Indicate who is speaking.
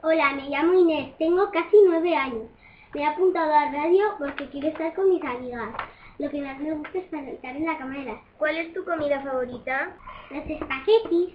Speaker 1: Hola, me llamo Inés, tengo casi nueve años. Me he apuntado a radio porque quiero estar con mis amigas. Lo que más me gusta es estar en la cámara.
Speaker 2: ¿Cuál es tu comida favorita?
Speaker 1: Los espaguetis.